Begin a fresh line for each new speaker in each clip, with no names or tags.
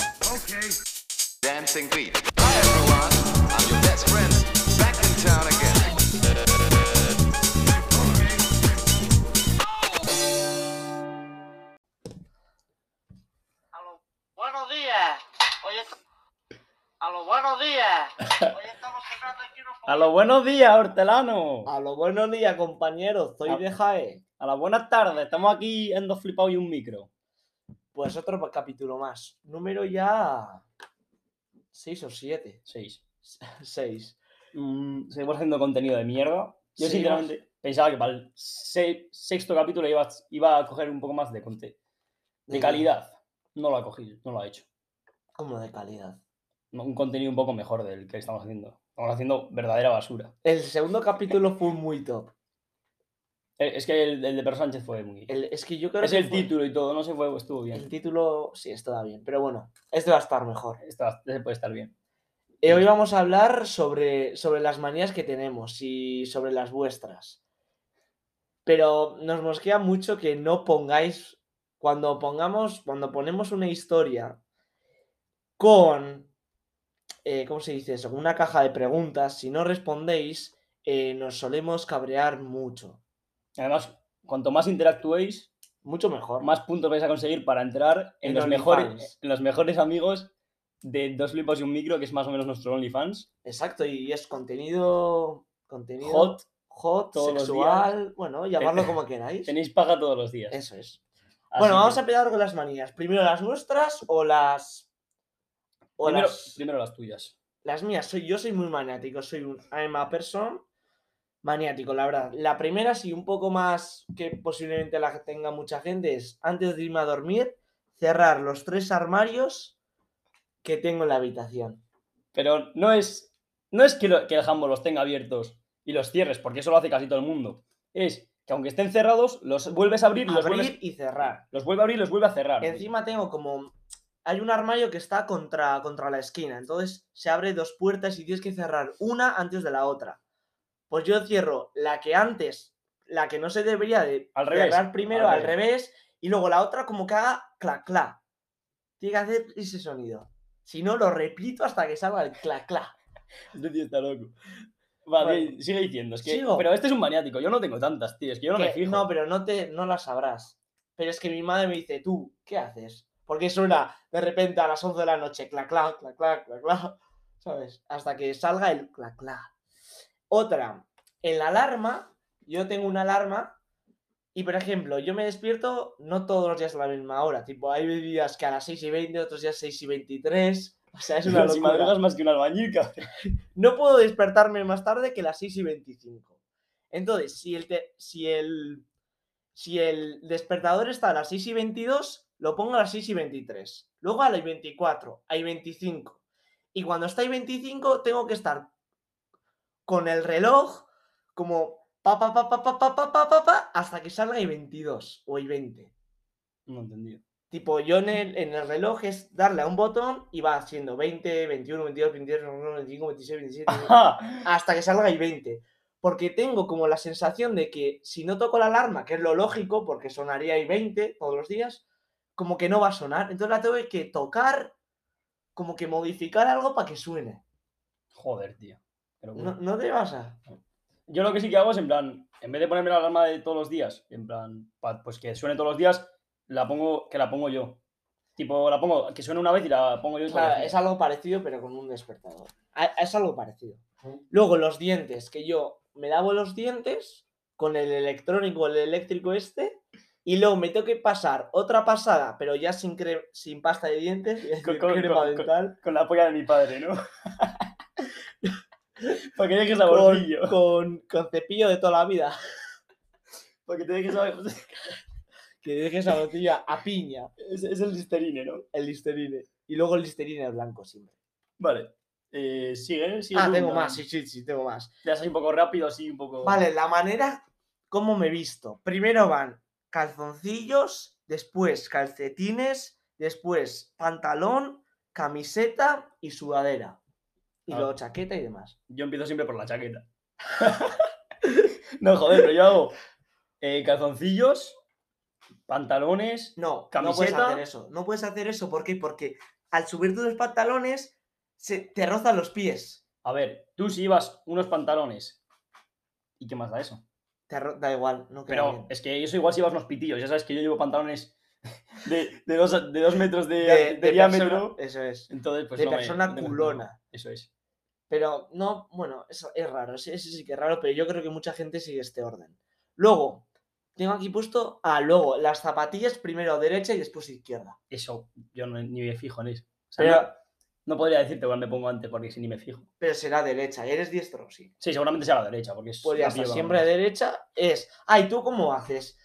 okay?
Dancing Beat. Hi everyone, I'm your best friend, back in town again.
A los buenos días. Hoy est- A los buenos días. Hoy estamos sacando aquí unos
A los buenos días, hortelano.
A los buenos días, compañeros. Soy
Ah.
de Jae.
A las buenas tardes. Estamos aquí en dos flipados y un micro.
Pues otro pa- capítulo más. Número ya. 6 o 7.
Seis.
6.
Mm, seguimos haciendo contenido de mierda. Yo
Seguimos.
sinceramente pensaba que para el se- sexto capítulo iba, a- iba a coger un poco más de, conte- de calidad. No lo ha cogido, no lo ha hecho.
Como de calidad.
No, Un contenido un poco mejor del que estamos haciendo. Estamos haciendo verdadera basura.
El segundo capítulo fue muy top.
Eh, Es que el, el de Pedro Sánchez fue muy...
El- es que yo creo
Es
que
el
fue-
título y todo, no se fue, estuvo
El
bien.
título sí estaba bien, pero bueno, este va a estar mejor.
Está, este puede estar bien.
Eh, hoy vamos a hablar sobre, sobre las manías que tenemos y sobre las vuestras. Pero nos mosquea mucho que no pongáis, cuando pongamos, cuando ponemos una historia con, eh, ¿cómo se dice eso? Con Una caja de preguntas, si no respondéis, eh, nos solemos cabrear mucho.
Además, cuanto más interactuéis,
Mucho mejor.
más puntos vais a conseguir para entrar en,
En
los,
OnlyFans.
mejores, en los mejores amigos de Dos Flipos y un Micro, que es más o menos nuestro OnlyFans.
Exacto, y es contenido, contenido
Hot,
hot,
todos los días.
sexual, bueno, llamarlo como queráis.
tenéis paga todos los días.
Eso es.
Así
Bueno,
que
vamos a empezar con las manías. Primero las nuestras o las. O
Primero,
las,
primero las tuyas.
las mías. Soy, yo soy muy maniático. Soy un I'm a person maniático, la verdad. La primera, sí, un poco más que posiblemente la tenga mucha gente, es antes de irme a dormir, cerrar los tres armarios que tengo en la habitación.
Pero no es, no es que, lo- que el Hambo los tenga abiertos y los cierres, porque eso lo hace casi todo el mundo. Es que aunque estén cerrados, los vuelves a abrir, los,
Abrir
vuelves,
y cerrar.
los vuelve a abrir y los vuelve a cerrar.
Encima tengo como. Hay un armario que está contra, contra la esquina. Entonces se abre dos puertas y tienes que cerrar una antes de la otra. Pues yo cierro la que antes, la que no se debería de
Al revés,
cerrar primero
al
al revés. y luego la otra como que haga clac clac. Tiene que hacer ese sonido. Si no, lo repito hasta que salga el clac clac.
Este tío está loco. Va,
Bueno.
di- sigue diciendo. Es que,
Sigo.
pero este es un maniático. Yo no tengo tantas, tío. Es que yo no me
Que-
fijo.
no, pero no, te, no la sabrás. Pero es que mi madre me dice, tú, ¿qué haces? Porque suena de repente a las 11 de la noche, clac, clac, clac, clac, clac, clac, ¿sabes? Hasta que salga el clac, clac. Otra, en la alarma, yo tengo una alarma y, por ejemplo, yo me despierto no todos los días a la misma hora. Tipo, hay días que a las 6 y 20, otros días 6 y 23. O sea, es una
si
locura.
madrugas más que un albañil, cabrón.
No puedo despertarme más tarde que las 6 y 25. Entonces, si el, te- si el, si el despertador está a las 6 y 22, lo pongo a las 6 y 23. Luego a las 24, a las 25. Y cuando está ahí 25, tengo que estar con el reloj como pa pa pa pa pa pa pa pa pa, pa, hasta que salga y 22 o y 20.
No he entendido.
Tipo, yo en el, en el reloj es darle a un botón y va haciendo 20, 21, 22, 23, 24, 25, 26, 27. 28, hasta que salga y 20. Porque tengo como la sensación de que si no toco la alarma, que es lo lógico, porque sonaría y 20 todos los días, como que no va a sonar. Entonces la tengo que tocar, como que modificar algo para que suene.
Joder, tío. Pero
No,
bueno.
no te vas a.
Yo lo que sí que hago es, en plan, en vez de ponerme la alarma de todos los días, en plan, pa- pues que suene todos los días, la pongo, que la pongo yo. Tipo, la pongo, que suene una vez y la pongo yo.
O
todos los
sea,
días.
es algo parecido, pero con un despertador. A- Es algo parecido. Luego los dientes, que yo me lavo los dientes con el electrónico, el eléctrico este, y luego me tengo que pasar otra pasada, pero ya sin, cre- sin pasta de dientes, es
Con-
decir,
con-
crema
con- con-
dental.
Con la polla de mi padre, ¿no? Para que dejes
con,
saborcillo.
con, con cepillo de toda la vida.
Para que te dejes sabor.
Que dejes a botella a piña,
es, es el listerine, ¿no?
el listerine. Y luego el listerine blanco siempre.
Vale. Eh, sigue, sigue.
ah,
tú,
tengo
¿no?
más, sí, sí, sí, tengo más.
Ya soy un poco rápido, así, un poco.
Vale, la manera como me visto. Primero van calzoncillos, después calcetines, después pantalón, camiseta y sudadera. Y
Ah.
luego chaqueta y demás.
Yo empiezo siempre por la chaqueta. no, joder, pero yo hago eh, calzoncillos, pantalones.
No, no puedes
Camiseta.
hacer eso. No puedes hacer eso, ¿por qué? Porque al subirte los pantalones, se, te rozan los pies.
A ver, tú si llevas unos pantalones. ¿Y qué más da eso?
Te ro- da igual, no queda
Pero
bien.
es que eso igual si llevas unos pitillos. Ya sabes que yo llevo pantalones de, de dos, de dos metros de, de diámetro.
persona- eso es.
Entonces, pues
de
no me-
persona
no me-
culona.
Eso es.
Pero no, bueno, eso es raro, sí, sí, sí que es raro, pero yo creo que mucha gente sigue este orden. Luego, tengo aquí puesto, ah, luego, las zapatillas primero derecha y después izquierda.
Eso, yo no- ni me fijo en eso. O sea,
Pero,
no, no podría decirte cuál me pongo antes porque si ni me fijo.
pero será derecha, eres diestro, sí.
Sí, seguramente sea la derecha, porque es.
Pues ya
la
está,
piba,
siempre
vamos.
derecha es. Ah, ¿y tú cómo haces?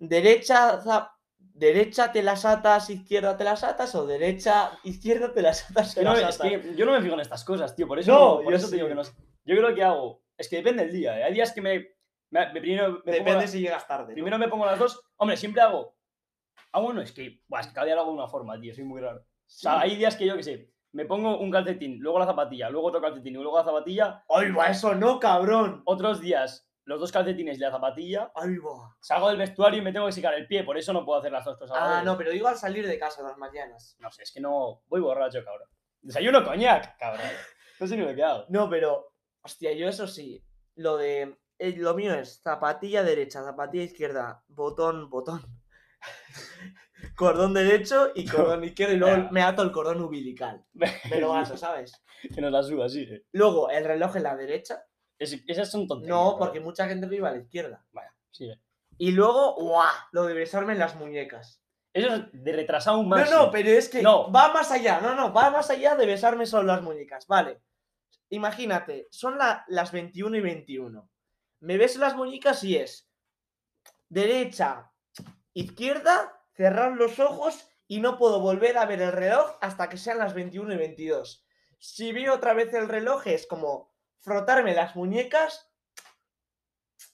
¿Derecha, za- derecha te las atas, izquierda te las atas o derecha, izquierda te las atas?
Que
te
no,
las
es
atas?
que yo no me fijo en estas cosas, tío. Por eso,
No,
por
yo
eso te digo
sí.
que no sé. Yo creo que hago. Es que depende del día. ¿eh? Hay días que me. me- me primero, me pongo
Depende
la-
si llegas tarde. ¿no?
primero me pongo las dos. Hombre, siempre hago. Ah, bueno, es que. buah, es que cada día lo hago de una forma, tío. Soy muy raro. O sea, hay días que yo que sé. Me pongo un calcetín, luego la zapatilla, luego otro calcetín, y luego la zapatilla.
¡Ay, va, eso no, cabrón!
Otros días, los dos calcetines y la zapatilla.
¡Ay, va!
Salgo del vestuario y me tengo que secar el pie, por eso no puedo hacer las dos cosas. a la
Ah,
vez.
no, pero digo al salir de casa las mañanas.
No sé, es que no. Voy borracho, cabrón. Desayuno coñac, cabrón. No sé ni lo que hago.
No, pero, hostia, yo eso sí. Lo de. eh, lo mío es zapatilla derecha, zapatilla izquierda, botón, botón. cordón derecho y cordón izquierdo. Y luego
Ya.
me ato el cordón umbilical. Me lo ato, ¿sabes?
que nos la suba así. eh.
Luego, el reloj en la derecha.
Es- esas son tonterías.
No,
pero-
porque mucha gente lo iba a la izquierda.
Vaya, sigue.
Y luego, ¡guau! Lo de besarme en las muñecas.
Eso es de retrasado un
No,
más.
no, pero es que
No.
va más allá. No, no, va más allá de besarme solo las muñecas. Vale. Imagínate, son la- las 21 y 21. Me beso las muñecas y es derecha, izquierda, cerrar los ojos y no puedo volver a ver el reloj hasta que sean las 21 y 22. Si veo otra vez el reloj es como frotarme las muñecas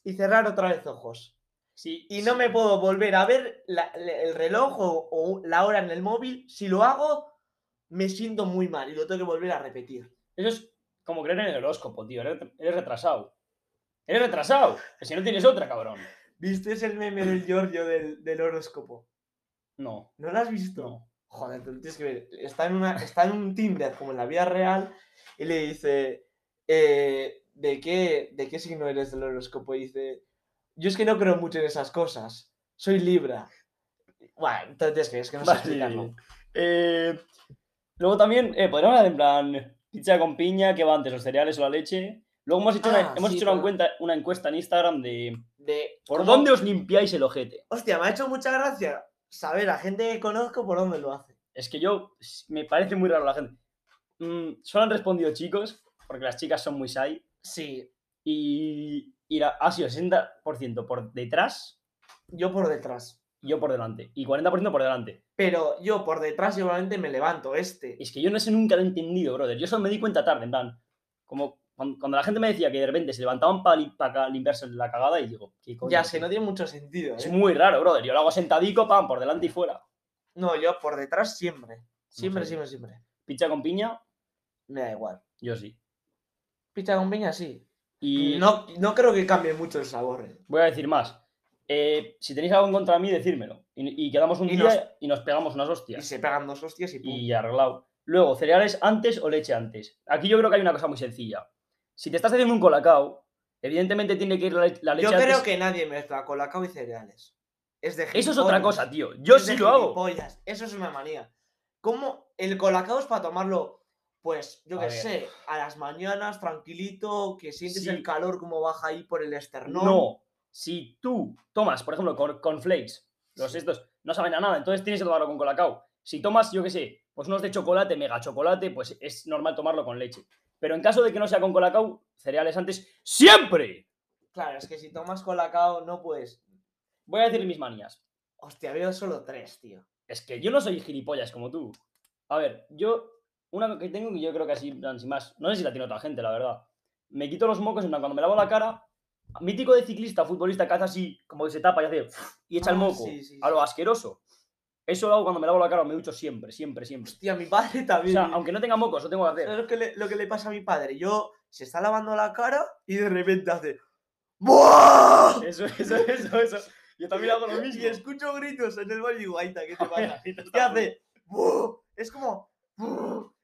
y cerrar otra vez ojos
Sí,
y
sí.
no me puedo volver a ver la- le- el reloj o, o la hora en el móvil. Si lo hago, me siento muy mal y lo tengo que volver a repetir.
Eso es como creer en el horóscopo, tío. Eres, eres retrasado. Eres retrasado. Que Si no tienes otra, cabrón.
¿Viste el meme del Giorgio del, del horóscopo?
No,
¿No lo has visto?
no.
Joder, te lo tienes que ver. Está en, una, está en un Tinder, como en la vida real, y le dice, eh, ¿de, qué, ¿de qué signo eres del horóscopo? Y dice, yo es que no creo mucho en esas cosas. Soy Libra. Bueno, entonces que es que no sé
Vale.
explicarlo.
Eh, luego también, eh, podríamos hablar en plan pizza con piña, que va antes, los cereales o la leche. Luego hemos hecho,
Ah,
una, hemos
sí,
hecho una,
podemos-
encuesta- una encuesta en Instagram de
De,
¿por
¿cómo-
dónde os limpiáis el ojete?
Hostia, me ha hecho mucha gracia saber a gente que conozco por dónde lo hace.
Es que yo, s- me parece muy raro la gente. Mm, solo han respondido chicos, porque las chicas son muy shy.
Sí,
Y, y la- ha sido 60% por detrás
yo por detrás.
y yo por delante. Y 40% por delante.
Pero yo por detrás igualmente me levanto este.
Es que yo no sé nunca lo he entendido, brother. Yo solo me di cuenta tarde, en plan. Como cuan- cuando la gente me decía que de repente se levantaban para limpiarse la cagada y digo, ¿qué coño?
Ya
tío?
sé, no tiene mucho sentido.
Es
¿eh?
muy raro, brother. Yo lo hago sentadico, pam, por delante y fuera.
No, yo por detrás siempre. Siempre,
sé.
siempre, siempre.
Pizza con piña,
Me da igual.
yo sí.
Pizza con piña, sí.
Y
Y no, no creo que cambie mucho el sabor. ¿eh?
voy a decir más. Eh, si tenéis algo en contra de mí, decírmelo. Y, y quedamos un
Y
día
nos-
y nos pegamos unas
Y
hostias.
se pegan dos hostias y pum.
y arreglado. Luego, cereales antes o leche antes. Aquí yo creo que hay una cosa muy sencilla. Si te estás haciendo un colacao, evidentemente tiene que ir la, le- la leche
Yo creo
antes.
que nadie mezcla colacao y cereales. Es de
Eso es otra
gilipollas.
cosa, tío. Yo
Es de
sí lo hago.
gilipollas, Eso es una manía. ¿Cómo el colacao es para tomarlo? Pues, yo
A
qué
ver.
sé, a las mañanas, tranquilito, que sientes
Sí.
el calor como baja ahí por el esternón.
No. Si tú tomas, por ejemplo, con, con flakes, los estos, no saben a nada, entonces tienes que tomarlo con colacao. Si tomas, yo qué sé, pues unos de chocolate, mega chocolate, pues es normal tomarlo con leche. Pero en caso de que no sea con colacao, cereales antes, ¡siempre!
Claro, es que si tomas colacao no puedes.
Voy a decir mis manías.
Hostia, veo solo tres, tío.
Es que yo no soy gilipollas como tú. A ver, yo. Una que tengo que yo creo que así, en plan, sin más. No sé si la tiene otra gente, la verdad. Me quito los mocos, en plan, cuando me lavo la cara. Mítico de ciclista, futbolista, que hace así, como que se tapa y hace. Y echa el
Ah,
moco.
sí, sí,
a lo
sí.
asqueroso. Eso lo hago cuando me lavo la cara, me ducho siempre, siempre, siempre.
Hostia, mi padre
O
también.
sea,
tío.
aunque no tenga mocos, lo tengo que
¿Sabes
hacer.
lo que, le, lo que le pasa a mi padre? Yo se está lavando la cara y de repente hace. ¡Buah!
Eso, eso, eso, eso. Yo también hago lo mismo.
Y escucho gritos en el baño y digo, Aita, ¿qué te pasa?
Ahí te
¿Qué
está.
hace? ¡Buah! Es como,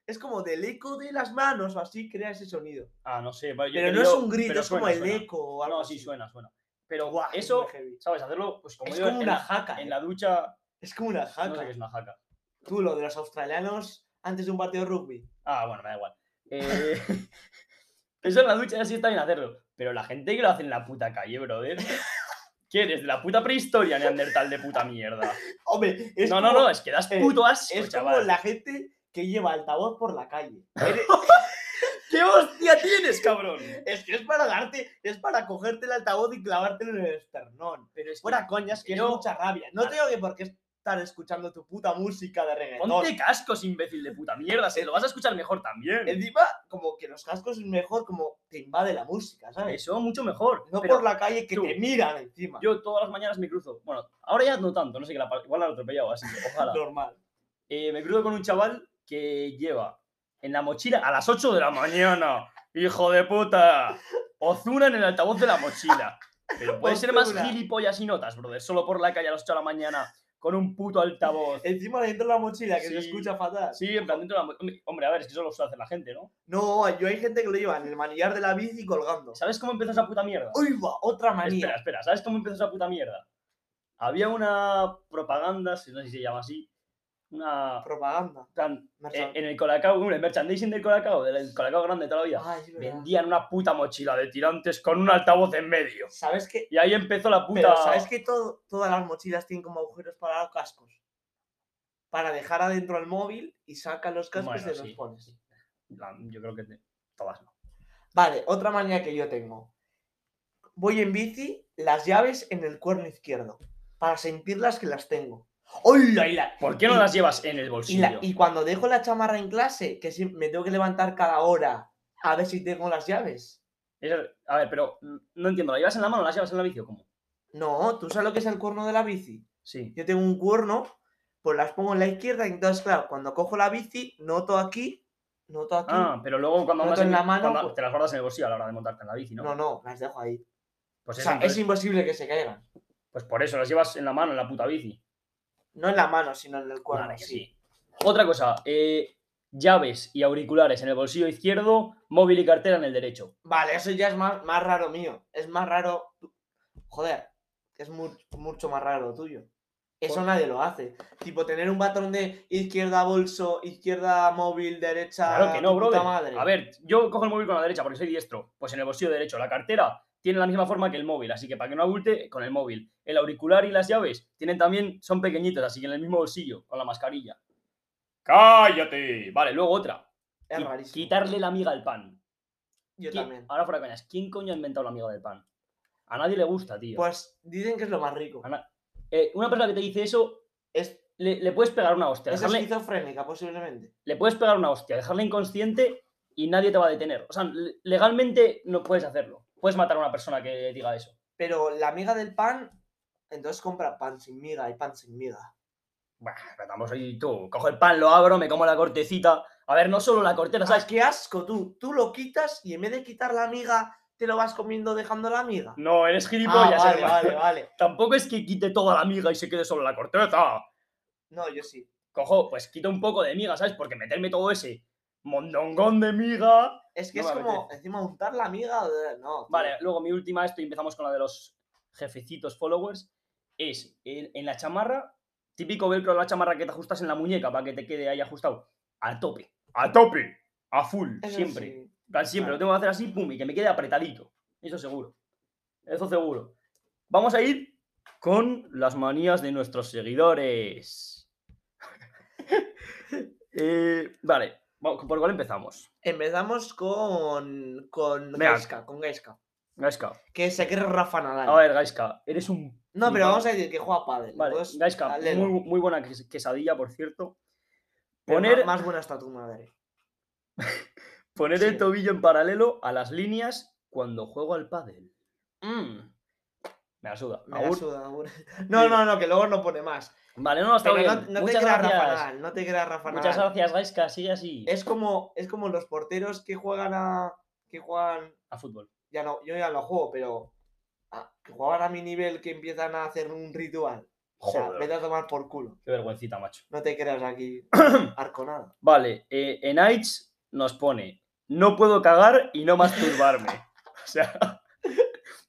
Es como del eco de las manos o así crea ese sonido.
Ah, no sé. vale, yo he
pero no es
querido-
un grito,
pero
es
suena,
como el
suena.
eco o algo
No,
así.
sí, suena, suena. Pero
Guau, es
eso,
muy heavy.
¿sabes? Hacerlo, pues como
Es
digo,
como
en
una
la-
jaca.
en
eh.
la ducha.
Es como una jaca.
Ah, No sé qué es una jaca.
Tú, lo de los australianos antes de un partido de rugby.
Ah, bueno, me da igual. Eh, eso en la ducha sí está bien hacerlo. Pero la gente que lo hace en la puta calle, brother. ¿Quién eres? ¿De la puta prehistoria, Neandertal de puta mierda?
Hombre, es
no,
como,
no, no, es que das
eh,
puto asco,
es como
chaval.
la gente que lleva altavoz por la calle. Eres-
¿Qué hostia tienes, cabrón?
es que es para darte, es para cogerte el altavoz y clavártelo en el esternón.
Pero es que-
Fuera coñas, que es
Yo-
mucha rabia. No tengo que por qué estar escuchando tu puta música de reggaetón.
Ponte cascos, imbécil de puta mierda. Si lo vas a escuchar mejor también.
Encima, como que los cascos es mejor, como te invade la música, ¿sabes?
Eso, mucho mejor.
No
Pero-
por la calle que
tú-
te miran encima.
Yo todas las mañanas me cruzo. Bueno, ahora ya no tanto, no sé qué, la, pa- igual la han atropellado así, que ojalá.
Normal.
Eh, me cruzo con un chaval que lleva en la mochila a las 8 de la mañana. ¡Hijo de puta! Ozuna en el altavoz de la mochila. Pero puede ser más
Ozuna.
gilipollas y notas, brother. Solo por la calle a las 8 de la mañana con un puto altavoz.
Encima dentro de la mochila, que se
Sí.
escucha fatal.
Sí, en plan dentro de la mo- Hombre, Hombre, a ver, es que eso lo suele hacer la gente, ¿no?
No, yo hay gente que lo lleva en el manillar de la bici colgando.
¿Sabes cómo empezó esa puta mierda?
¡Uy, va! Otra manía.
Espera, espera, ¿sabes cómo empezó esa puta mierda? Había una propaganda, si- no sé si se llama así, una
Propaganda.
tan- eh,
Merchan-
en el Colacao, hombre, el merchandising del Colacao, del Colacao grande de toda la vida,
Ay, es verdad.
vendían una puta mochila de tirantes con un altavoz en medio.
¿Sabes qué?
Y ahí empezó la puta...
Pero ¿sabes que todo, todas las mochilas tienen como agujeros para los cascos? Para dejar adentro el móvil y saca los cascos
Bueno,
y los
sí.
pones.
La- Yo creo que te- todas no.
Vale, otra manía que yo tengo. Voy en bici, las llaves en el cuerno izquierdo. Para sentirlas que las tengo. ¡Hola! Y, la-
¿Por qué no
y-
las llevas en el
y
bolsillo?
la- y cuando dejo la chamarra en clase, que si me tengo que levantar cada hora a ver si tengo las llaves.
Eso- A ver, pero mm, no entiendo, ¿la llevas en la mano o la llevas en la bici o cómo?
No, ¿tú sabes lo que es el cuerno de la bici?
Sí.
Yo tengo un cuerno, pues las pongo en la izquierda, y entonces, claro, cuando cojo la bici, noto aquí, noto aquí.
Ah, pero luego cuando andas
Noto en la mano,
cuando
pues-
te las guardas en el bolsillo a la hora de montarte en la bici, ¿no?
no. no, las dejo ahí.
Pues,
o
eso,
sea, es
entonces-
imposible que se caigan.
pues por eso, las llevas en la mano, en la puta bici.
No en la mano, sino en el cuerno.
Vale, que
sí.
sí. Otra cosa, eh, llaves y auriculares en el bolsillo izquierdo, móvil y cartera en el derecho.
Vale, eso ya es más, más raro mío. Es más raro. tu- Joder, es mu- mucho más raro lo tuyo. Eso
Por-
nadie lo hace. Tipo, tener un patrón de izquierda bolso, izquierda móvil, derecha.
Claro que no,
tu puta
brother.
madre.
A ver, yo cojo el móvil con la derecha porque soy diestro. Pues en el bolsillo derecho, la cartera tiene la misma forma que el móvil, así que para que no abulte, con el móvil. El auricular y las llaves tienen también, son pequeñitos, así que en el mismo bolsillo, con la mascarilla. ¡Cállate! Vale, luego otra.
Es
Qui-
rarísimo.
Quitarle la miga al pan.
Yo
¿Quién-
también.
Ahora fuera coñas, ¿quién coño ha inventado la miga del pan? A nadie le gusta, tío.
Pues dicen que es lo más rico.
A na- Eh, una persona que te dice eso
Es,
le, le puedes pegar una hostia,
es
dejarle,
esquizofrénica, posiblemente.
le puedes pegar una hostia, dejarle inconsciente y nadie te va a detener. O sea, le- legalmente no puedes hacerlo. Puedes matar a una persona que diga eso.
Pero la miga del pan. Entonces compra pan sin miga y pan sin miga.
Bueno, pero tampoco soy tú. Cojo el pan, lo abro, me como la cortecita. A ver, no solo la corteza, ¿sabes?
¿Sabes qué asco tú? Tú lo quitas y en vez de quitar la miga, te lo vas comiendo dejando la miga.
No, eres
Ah,
gilipollas,
vale,
hermano.
vale, vale.
Tampoco es que quite toda la miga y se quede solo la corteza.
No, yo sí.
Cojo, pues quito un poco de miga, ¿sabes? Porque meterme todo ese mondongón de miga.
Es que
No
es
me
como,
apetece.
encima untar la miga, eh, no. tío.
Vale, luego mi última, esto y empezamos con la de los jefecitos followers, es en, en la chamarra, típico velcro de la chamarra que te ajustas en la muñeca para que te quede ahí ajustado, a tope, a tope, a full,
Eso
siempre.
sí.
En plan, siempre, lo tengo que hacer así, pum, y que me quede apretadito. Eso seguro. Eso seguro. Vamos a ir con las manías de nuestros seguidores. Eh, vale, vamos, ¿por cuál empezamos?
Empezamos con. con
Venga.
Gaiska, con Gaiska.
Gaiska.
Que se cree Rafa Nadal.
A ver, Gaiska, eres un...
no, pero
flipado.
vamos a decir que juega padre.
Vale, Gaisca, muy, bu- muy buena ques- quesadilla, por cierto. Poner,
Más buena está tu madre.
poner el
sí.
tobillo en paralelo a las líneas cuando juego al pádel. Me la suda.
Mm. Me la
Agur.
suda, agur. No, no, no, que luego no pone más.
Vale, no, está
Pero
bien.
no, no te
Muchas
creas Rafa
gracias.
Nadal, no te creas Rafa
Muchas
Nadal.
gracias, Gaisca. Sigue así.
Es como, es como los porteros que juegan a. que juegan.
A fútbol.
Ya no, yo ya no juego, pero. ah, que juegan a mi nivel que empiezan a hacer un ritual. O sea,
Joder.
vete a tomar por culo.
Qué vergüencita, macho.
No te creas aquí arconada.
Vale, eh, Enaich nos pone, no puedo cagar y no masturbarme. O sea,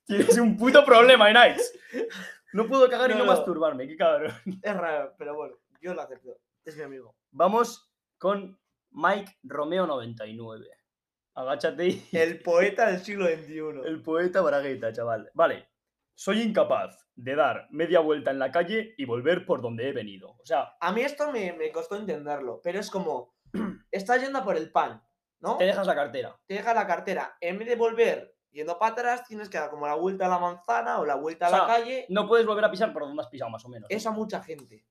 tienes un puto problema, Enaich. No puedo cagar y
No,
no,
no.
masturbarme, qué cabrón.
Es raro, pero bueno, yo lo acepto. Es mi amigo.
Vamos con Mike Romeo 99. Agáchate y...
El poeta del siglo XXI.
El poeta Bragueta, chaval. Vale. Soy incapaz de dar media vuelta en la calle y volver por donde he venido. O sea,
A mí esto me, me costó entenderlo, pero es como, estás yendo a por el pan, ¿no?
te dejas la cartera.
te deja la cartera. En vez de volver yendo para atrás, tienes que dar como la vuelta a la manzana o la vuelta a
O
la
sea,
calle.
No puedes volver a pisar por donde has pisado, más o menos.
Eso a mucha gente.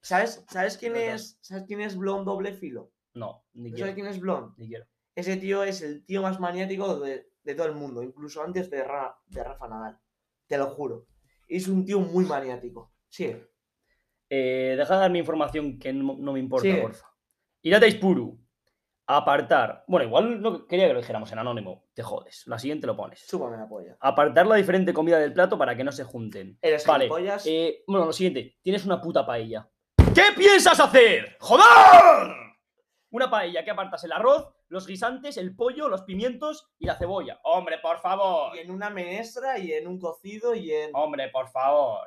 ¿Sabes, ¿sabes quién
Verdad.
es? ¿Sabes quién es Blon doble filo?
No, ni
¿Sabes
quiero.
quién es Blon?
Ni quiero.
Ese tío es el tío más maniático de, de todo el mundo, incluso antes de, Ra- de Rafa Nadal. Te lo juro. Es un tío muy maniático. Sí.
Eh, deja de dar mi información que no, no me importa,
Sigue.
porfa. Irate Ispuru. Apartar. Bueno, igual no quería que lo dijéramos en anónimo. Te jodes. La siguiente lo pones.
Súbame la polla.
Apartar la diferente comida del plato para que no se junten.
Eres
Vale,
gilipollas.
eh, bueno, lo siguiente. Tienes una puta paella. ¿Qué piensas hacer? ¡Joder! Una paella que apartas el arroz, los guisantes, el pollo, los pimientos y la cebolla. ¡Hombre, por favor!
Y en una menestra y en un cocido y en...
¡Hombre, por favor!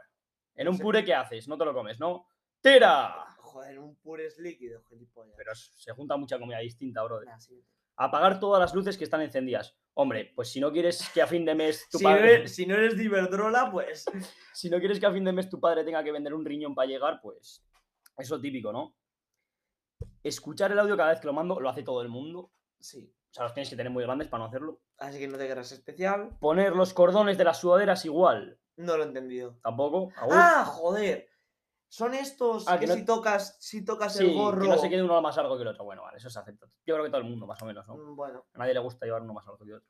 En un
Sí.
puré, ¿qué haces? No te lo comes, ¿no? ¡Tera!
Joder, en un purés líquido, gilipollas.
Pero es- se junta mucha comida distinta, brother.
Nah, sí.
Apagar todas las luces que están encendidas. Hombre, pues si no quieres que a fin de mes tu
Si, no
padre...
eres, si no eres de Iberdrola, pues
si no quieres que a fin de mes tu padre tenga que vender un riñón para llegar, pues es lo típico, ¿no? Escuchar el audio cada vez que lo mando lo hace todo el mundo. O
sí.
sea, los tienes que tener muy grandes para no hacerlo.
Así que no te creas especial.
Poner los cordones de las sudaderas igual.
No lo he entendido.
Tampoco. aún.
¡Ah, joder! Son estos
Ah,
que,
que no-
si tocas, si tocas
Sí,
el gorro.
que no se quede uno más largo que el otro. Bueno, vale, eso se acepta. Yo creo que todo el mundo, más o menos, ¿no?
Mm, Bueno,
A nadie le gusta llevar uno más largo que otro.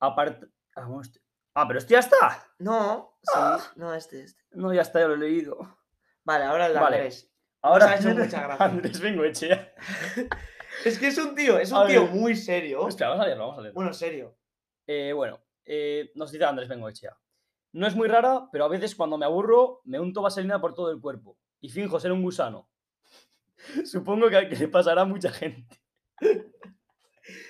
Aparte. Ah, bueno, este- ah, pero este ya está.
no, sí,
Ah.
no, este, este.
No, ya está, ya lo he leído.
Vale, ahora el de
Vale.
Andrés.
Ahora
ha hecho mucha gracia.
Andrés Bengoechea.
Es que es un tío, es
A
un tío
ver.
muy serio.
Hostia, vamos a leerlo, vamos a leerlo.
Bueno, serio.
Eh, bueno, eh, nos dice Andrés Bengoechea. No es muy rara, pero a veces cuando me aburro me unto vaselina por todo el cuerpo y finjo ser un gusano. Supongo que, que le pasará a mucha gente.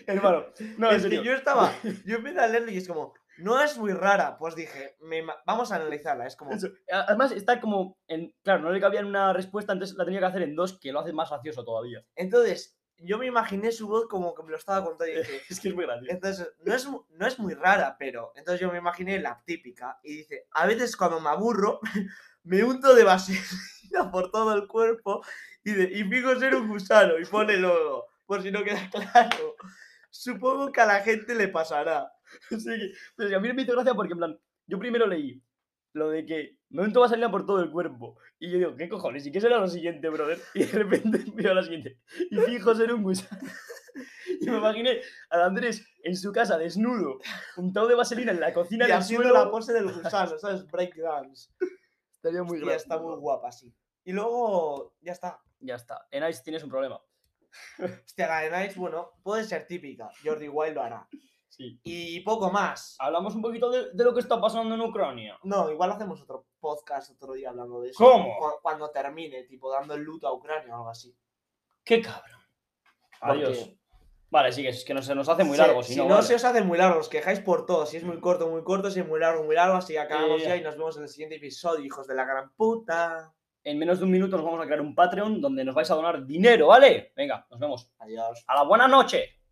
Hermano, no, en
es que
serio.
yo estaba, yo empecé a leerlo y es como, no es muy rara. Pues dije, me ma- vamos a analizarla. Es como,
Eso, a- Además, está como. En, claro, no le cabía en una respuesta, entonces la tenía que hacer en dos, que lo hace más gracioso todavía.
entonces, yo me imaginé su voz como que me lo estaba contando y dije,
Es que es muy gracioso.
Entonces, no es, mu- no es muy rara, pero. Entonces yo me imaginé la típica y dice: A veces cuando me aburro, me unto de vaselina por todo el cuerpo y, de, y fijo ser un gusano y pone logo, por si no queda claro. Supongo que a la gente le pasará.
Sí, que- pero sí, a mí me hizo gracia porque, en plan, yo primero leí lo de que me unto vaselina por todo el cuerpo. Y yo digo, ¿qué cojones? ¿Y qué será lo siguiente, brother? Y de repente veo la siguiente. Y fijo ser un gusano. Y me imaginé al Andrés en su casa desnudo, untado de vaselina en la
Y
cocina del
haciendo
suelo.
la pose del gusano, ¿sabes? Breakdance.
Estaría muy
Y está muy
gracioso.
guapa, sí. Y luego, ya está.
Ya está. En Ice tienes un problema.
Hostia, la de Nice, bueno, puede ser típica. Jordi Wild lo hará.
Sí.
Y poco más.
Hablamos un poquito de, de lo que está pasando en Ucrania.
No, igual hacemos otro podcast otro día hablando de eso.
¿Cómo?
Cu- Cuando, termine, tipo dando el luto a Ucrania o algo así.
¡Qué cabrón! Adiós.
Porque
Vale, sí, que es que no, se nos hace muy
se-
largo. Si, no, vale. Mm.
se os hace muy largo, os quejáis por todo. Si es muy corto, muy corto, si es muy largo, muy largo. Así que acabamos
Eh.
ya y nos vemos en el siguiente episodio, hijos de la gran puta.
en menos de un minuto nos vamos a crear un Patreon donde nos vais a donar dinero, ¿vale? Venga, nos vemos.
Adiós.
A la buena noche.